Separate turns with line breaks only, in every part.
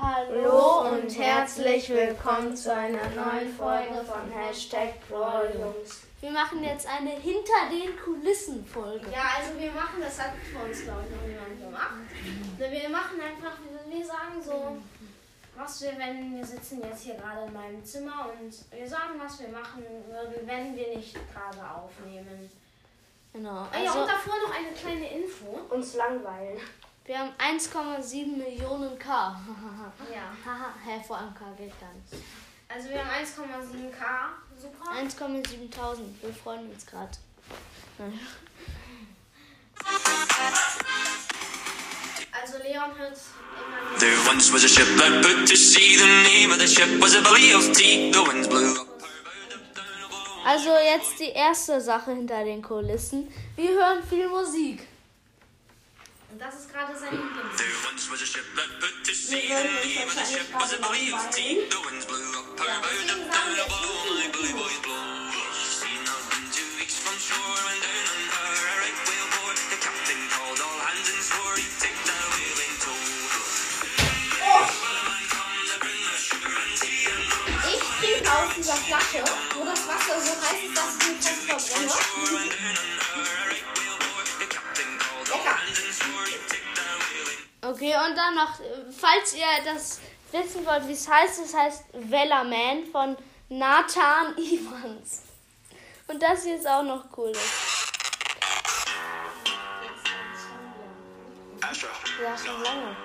Hallo und herzlich willkommen zu einer neuen Folge von Hashtag Brawl Jungs.
Wir machen jetzt eine Hinter den Kulissen Folge.
Ja, also wir machen, das hat vor uns glaube ich noch niemand gemacht. Ne, Wir machen einfach, wir sagen so, was wir, wenn wir sitzen jetzt hier gerade in meinem Zimmer und wir sagen, was wir machen würden, wenn wir nicht gerade aufnehmen.
Genau.
Ah ja, und
Also,
davor noch eine kleine Info. Uns langweilen.
wir haben 1,7 Millionen K.
Ja.
Haha, hä, vor allem K geht gar nicht.
Also wir haben 1,7k. Super.
1,7000. Wir freuen uns gerade.
Also Leon hört immer wieder.
There once was a ship that put to sea. The name of the ship was a belly of tea. The winds blew.
Also jetzt die erste Sache hinter den Kulissen. Wir hören viel Musik.
Und das ist gerade sein Lieblings.
There once was a ship that put to sea. The name of the ship was a belly of tea. The winds blew up her boat up down a bowl. My bully boys blow. She now been two weeks from shore and down on her a right whale bore. The captain called all hands and swore he'd take the whale in tow.
Ich trinke aus dieser Flasche, wo das Wasser so heiß ist, dass ich mich fast verbrenne. Lecker.
Okay, und dann noch, äh, falls ihr das wissen wollt, wie es heißt, es heißt Wellerman von Nathan Evans. Und das hier ist auch noch cool.
Astra.
Ja, schon lange.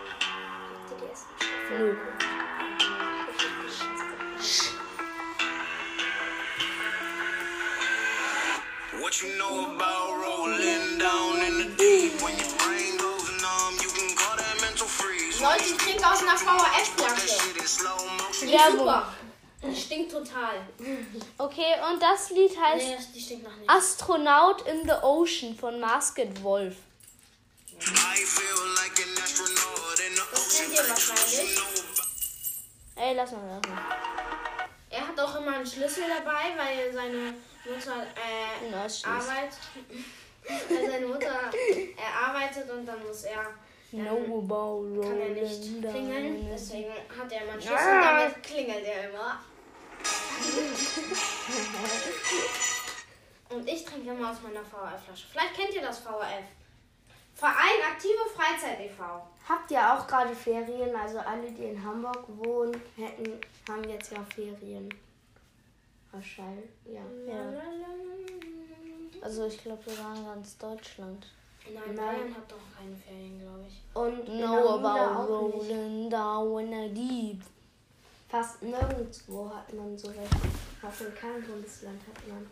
Nö.
What you know about rolling down in the deep when your brain goes numb, you can call that mental freeze.
Leute, ich trinke aus einer
That
VHS-Flasche.
shit is slow motion.
Die ist
Werbung.
super. Die stinkt total.
Okay, und das Lied heißt
Nee, die stinkt nach nichts.
Astronaut in the Ocean von Masked Wolf.
I feel like an astronaut in the
Das
ocean.
kennt ihr wahrscheinlich.
Ey, lass mal, lass mal.
Er hat auch immer einen Schlüssel dabei, weil seine Mutter äh,
Ein Ausschluss.
arbeitet. weil seine Mutter äh, arbeitet und dann muss er.
No bow
Kann er nicht
rolling
klingeln,
down.
deswegen hat er immer einen Schlüssel und damit klingelt er immer. Und ich trinke immer aus meiner VRF-Flasche. Vielleicht kennt ihr das VRF. Verein Aktive Freizeit e e.V.
Habt ihr auch gerade Ferien? Also alle, die in Hamburg wohnen, hätten, haben jetzt ja Ferien. Wahrscheinlich, ja.
Ja. Also ich glaube, wir waren ganz Deutschland.
Nein, Bayern hat doch keine Ferien, glaube ich.
Und in
No
der
about
Hunde auch nicht.
rolling down in the deep.
Fast nirgendwo hat man so recht. Fast in keinem Bundesland hat man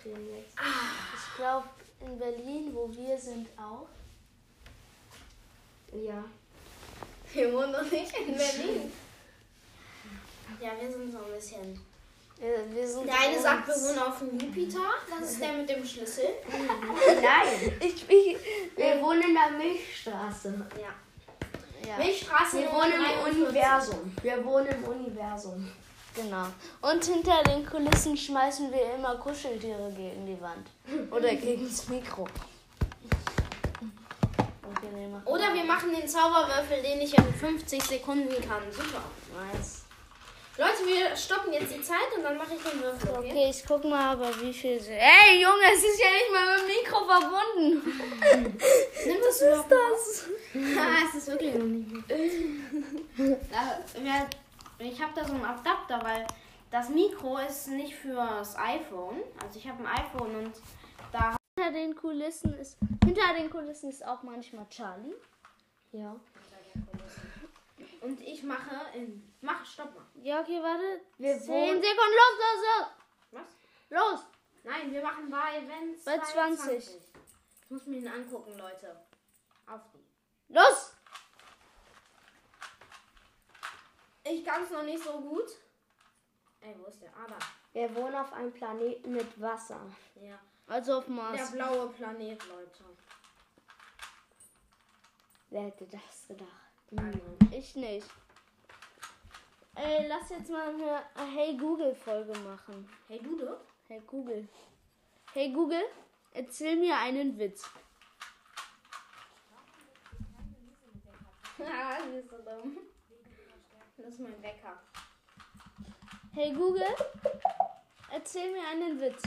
Ferien jetzt.
Ich glaube, in Berlin, wo wir sind, auch.
Ja.
Wir wohnen doch nicht in Berlin. Ja, wir sind so ein bisschen.
Äh, Wir, wir sind
Der eine
uns-
sagt, wir wohnen auf dem Jupiter. Das ist der mit dem Schlüssel.
Nein,
Ich, ich, äh,
wir wohnen in der Milchstraße.
Ja.
ja,
Milchstraße
Wir
Nummer
wohnen
43.
im Universum. Wir wohnen im Universum.
genau. Und hinter den Kulissen schmeißen wir immer Kuscheltiere gegen die Wand. Oder gegen das Mikro. Okay, nee, mach
Oder wir machen den Zauberwürfel, den ich in 50 Sekunden kann. Super.
Nice.
Leute, wir stoppen jetzt die Zeit und dann mache ich den Würfel. Okay?
Okay, ich guck mal, aber wie viel sind. Ey, Junge, es ist ja nicht mal mit dem Mikro verbunden.
Nimmt das Was ist das? ah, es ist wirklich noch nicht mehr. Ich habe da so einen Adapter, weil das Mikro ist nicht fürs iPhone. Also ich habe ein iPhone und da
Hinter den Kulissen ist. Hinter den Kulissen ist auch manchmal Charlie.
Ja.
und ich mache in mach stopp mal.
Ja, okay, warte.
Wir
Sekunden,
wohnen-
los, los, los!
Was?
Los!
Nein, wir machen bei Events
Bei 20.
Ich muss mir den angucken, Leute. Auf die.
Los!
Ich kann es noch nicht so gut. Ey, wo ist der? Ah, da.
Wir wohnen auf einem Planeten mit Wasser.
Ja.
Also auf
Der
Mars.
blaue Planet, Leute.
Wer hätte das gedacht?
Hm, Ich nicht. Ey, lass jetzt mal eine Hey Google Folge machen.
Hey, Dude.
Hey Google. Hey Google, erzähl mir einen Witz.
Ah, du bist so dumm. Das ist mein Wecker.
Hey Google, erzähl mir einen Witz.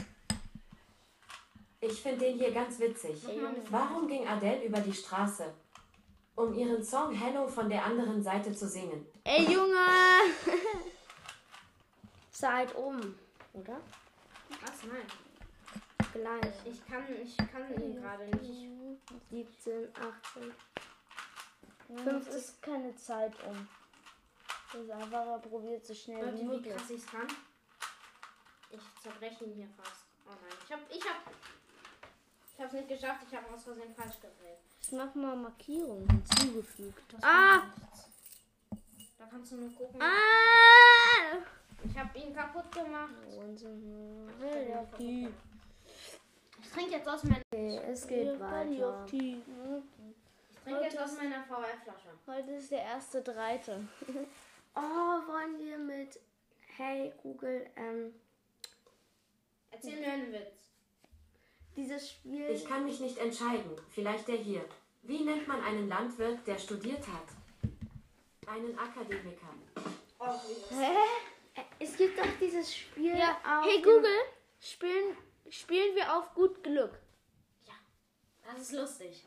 Ich finde den hier ganz witzig. Warum ging Adele über die Straße? Um ihren Song Hello von der anderen Seite zu singen.
Ey Junge!
Seid um, oder?
Was? Nein.
Gleich.
Ich kann, ich kann ihn gerade nicht.
17, 18.
Fünf ist keine Zeit um. Das ist einfach, er probiert so
Ich
schnell
Leute,
wie
wie
möglich.
krass ich es kann. Ich zerbreche ihn hier fast. Oh nein. Ich hab, ich hab, ich hab's nicht geschafft. Ich habe aus Versehen falsch gedreht.
Ich mach mal Markierungen hinzugefügt. Ah!
Da kannst du nur gucken.
Ah!
Ich hab ihn kaputt gemacht.
Oh,
Ich trinke jetzt aus meiner,
Okay, es geht weiter.
ich trinke jetzt aus meiner VR-Flasche.
ne? Heute ist der erste Dreite.
Oh, wollen wir mit Hey Google ähm,
Erzähl mir einen Witz.
dieses Spiel.
Ich kann mich nicht entscheiden. Vielleicht der hier. Wie nennt man einen Landwirt, der studiert hat? Einen Akademiker.
Oh, wie
Äh, es gibt doch dieses Spiel.
Ja,
auf
hey
dem-
Google, spielen, spielen wir auf gut Glück.
das ist lustig.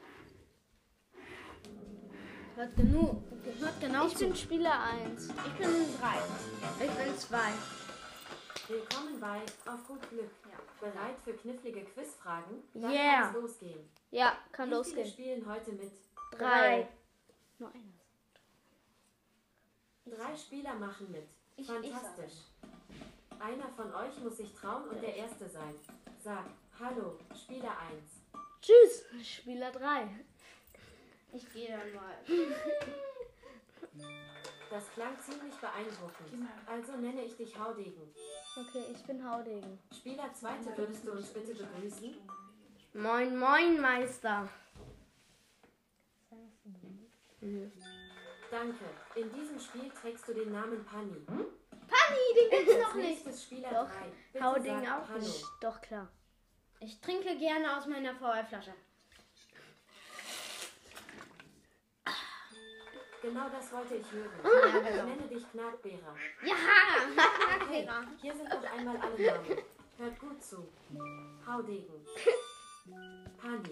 Hört genug. Hört genau
Ich bin Spieler 1.
Ich bin drei.
Ich bin zwei.
Willkommen bei Auf gut Glück. Bereit für knifflige Quizfragen? Dann
Yeah.
kann es losgehen.
Ja, kann
Wie viele
losgehen.
spielen heute mit?
Drei. Nur einer.
Drei Spieler machen mit. Fantastisch. Einer von euch muss sich trauen und der Erste sein. Sag Hallo, Spieler 1.
Tschüss, Spieler 3.
Ich gehe dann mal.
Das klang ziemlich beeindruckend. Also nenne ich dich Haudegen.
Okay, ich bin Haudegen.
Spieler 2, würdest du uns bitte begrüßen?
Moin, moin, Meister.
Danke. In diesem Spiel trägst du den Namen Panni.
Panni, den gibt's
Als
noch nicht.
nächstes Spieler 3. Bitte
Haudegen
sag
auch
Hallo.
nicht.
Doch, klar.
Ich trinke gerne aus meiner VR-Flasche.
Genau das wollte ich hören. Ich nenne dich Knackbeerer.
Ah, genau. Ja!
Hey, hier sind noch einmal alle Namen. Hört gut zu. Haudegen. Pani.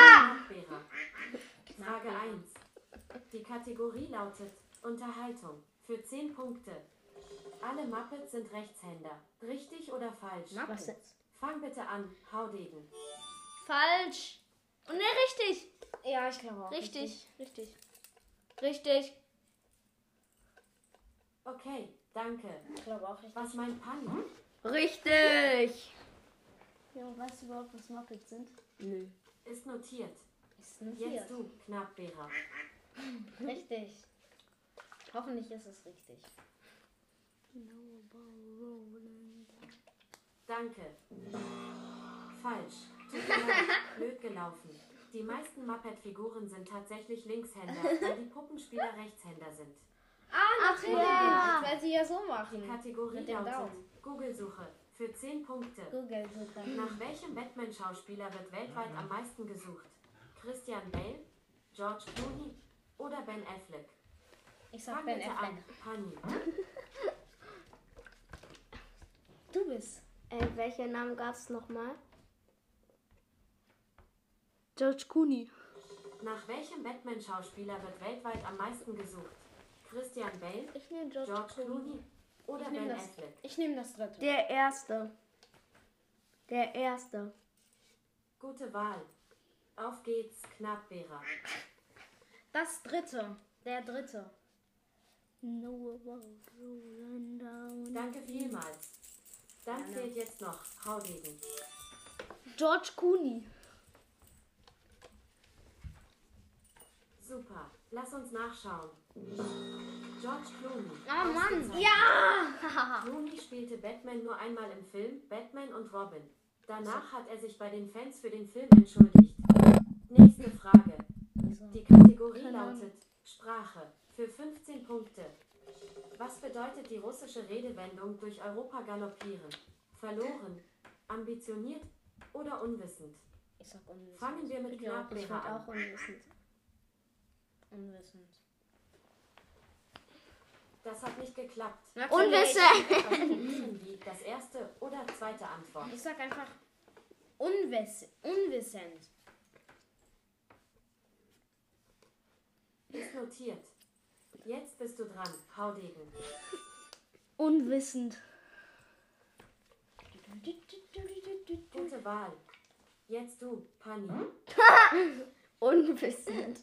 Knackbeerer. Frage 1. Die Kategorie lautet Unterhaltung für 10 Punkte. Alle Muppets sind Rechtshänder. Richtig oder falsch?
Was denn?
Fang bitte an, Haudegen.
Falsch. Und ne, richtig.
Ja, ich glaube auch.
Richtig. Richtig. Richtig.
Okay, danke.
Ich glaube auch richtig.
Was meint Pani?
Richtig.
Junge, weißt du überhaupt, was Muppets sind?
Nö.
Ist notiert.
Ist ein
Jetzt du, Knackbeerer.
Richtig. Hoffentlich ist es richtig.
Danke. Falsch. Tut mir leid. Blöd gelaufen. Die meisten Muppet-Figuren sind tatsächlich Linkshänder, weil die Puppenspieler Rechtshänder sind.
Ah, natürlich. Ja. Weil sie ja so machen.
Kategorie
Mit dem
lautet
Daumen.
Google-Suche für 10 Punkte.
Google super.
Nach welchem Batman-Schauspieler wird weltweit am meisten gesucht? Christian Bale, George Clooney oder Ben Affleck?
Ich sag
Fang
Ben
bitte
Affleck.
an, Pani.
Du bist.
Äh, welcher Name gab es nochmal?
George Clooney.
Nach welchem Batman-Schauspieler wird weltweit am meisten gesucht? Christian Bale,
Ich nehme George.
George Clooney oder
nehm
Ben
das.
Affleck?
Ich nehme das dritte.
Der erste. Der erste.
Gute Wahl. Auf geht's, Knackbeerer.
Das dritte. Der dritte.
No about rolling down.
Danke vielmals. Dann fehlt jetzt noch Haudegen.
George Clooney.
Super. Lass uns nachschauen. George Clooney.
Ah, Mann.
Ausgezeichnet.
Ja!
Clooney spielte Batman nur einmal im Film Batman und Robin. Danach hat er sich bei den Fans für den Film entschuldigt. Nächste Frage. Die Kategorie lautet Sprache für 15 Punkte. Was bedeutet die russische Redewendung durch Europa galoppieren? Verloren, ambitioniert oder unwissend?
Ich sag unwissend.
Fangen wir mit
Ich
Knablehrer
finde
an.
auch unwissend.
Unwissend.
Das hat nicht geklappt.
Und wir sagen,
Etwas in diesem Lied, das erste oder zweite Antwort.
Ich sag einfach unwiss unwissend.
Ist notiert. Jetzt bist du dran. Hau Degen.
unwissend.
Gute Wahl. Jetzt du, Pani.
Unwissend.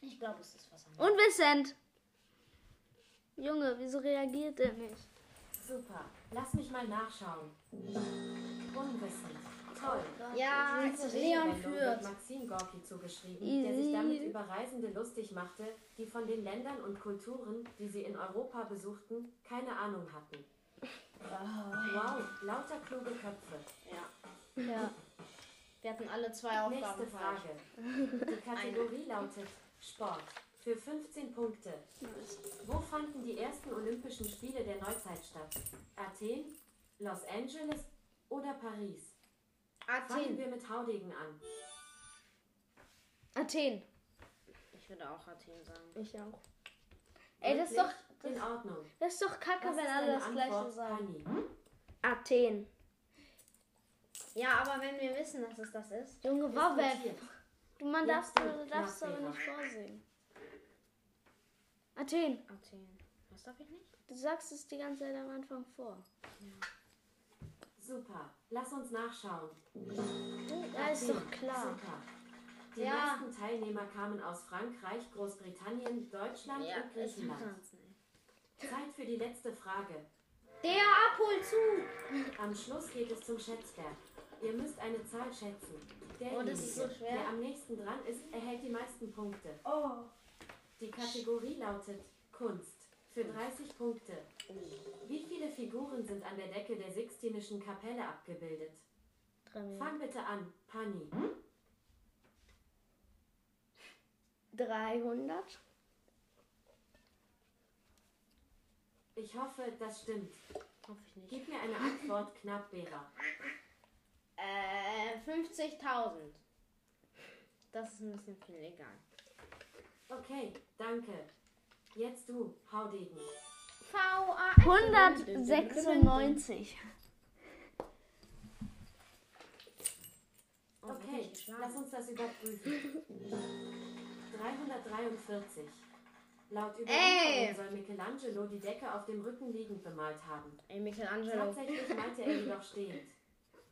Ich glaube, es ist was anderes.
Unwissend. Junge, wieso reagiert er nicht?
Super. Lass mich mal nachschauen. Unwissend. Toll.
Ja,
Diese
Leon
Redewendung wird
führt.
Maxim Gorki zugeschrieben, der sich damit über Reisende lustig machte, die von den Ländern und Kulturen, die sie in Europa besuchten, keine Ahnung hatten.
Ah.
Wow, lauter kluge Köpfe.
Ja. Wir hatten alle zwei
Nächste
Aufgaben falsch.
Frage. Die Kategorie lautet Sport. Für 15 Punkte. Wo fanden die ersten Olympischen Spiele der Neuzeit statt? Athen, Los Angeles oder Paris? Fangen
Athen.
wir mit Haudegen an.
Athen.
Ich würde auch Athen sagen.
Ich auch.
Ey, das ist doch,
In Ordnung.
das ist doch kacke,
Was
wenn
ist
alle
deine
das gleiche
Antwort,
sagen.
Fanny?
Athen.
Ja, aber wenn wir wissen, dass es das ist.
Junge, Wawel.
Notiert.
Man
Ja,
darfst
stimmt.
du darfst
Ja,
aber
ja.
nicht vorsehen. Athen,
Athen. Was darf ich nicht?
du sagst es die ganze Zeit am Anfang vor.
Super. Lass uns nachschauen.
Da ist
Athen.
doch klar.
Super. Die
Ja.
meisten Teilnehmer kamen aus Frankreich, Großbritannien, Deutschland
Ja,
und
ich
Griechenland. Zeit für die letzte Frage.
Der Abholzug!
Am Schluss geht es zum Schätzberg. Ihr müsst eine Zahl schätzen. Derjenige,
Oh, das ist so schwer. Oh.
der am nächsten dran ist, erhält die meisten Punkte. Die Kategorie lautet Kunst für 30 Punkte. Wie viele Figuren sind an der Decke der Sixtinischen Kapelle abgebildet? Fang bitte an, Pani.
300.
Ich hoffe, das stimmt.
Hoffe ich nicht.
Gib mir eine Antwort, knapp, Vera.
Äh, 50.000. Das ist ein bisschen viel, egal.
Okay, danke. Jetzt du, Haudegen.
VA.
196.
Oh,
Okay, lass uns das überprüfen. 343. Laut Überlieferung soll Michelangelo die Decke auf dem Rücken liegend bemalt haben.
Ey, Michelangelo.
Tatsächlich meinte er jedoch stehend.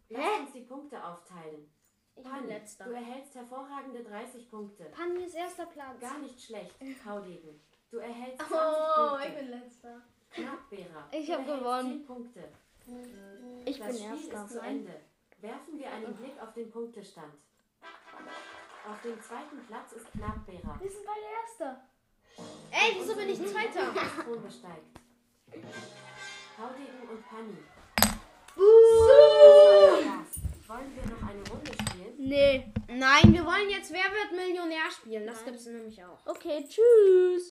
Lass uns die Punkte aufteilen.
Ich bin
Pani, du
letzter.
erhältst hervorragende 30 Punkte.
Panni ist erster Platz.
Gar nicht schlecht, Haudegen. Du erhältst
Äh.
20
Oh, ich
Punkte.
bin letzter.
Knapp, Vera.
Ich
Du
hab
erhältst
gewonnen.
10 Punkte.
Ich
Das
bin
Spiel
Erster.
ist zu Ende. Werfen wir einen Blick auf den Punktestand. Auf dem zweiten Platz ist Knappbärer.
Wir sind beide Erster.
Ey, wieso bin ich zweiter?
Thron besteigt. Haudegen und Panni. Das war Wollen wir noch eine Runde spielen?
Nee.
Nein, wir wollen jetzt Wer wird Millionär spielen. Das gibt's nämlich auch.
Okay, tschüss.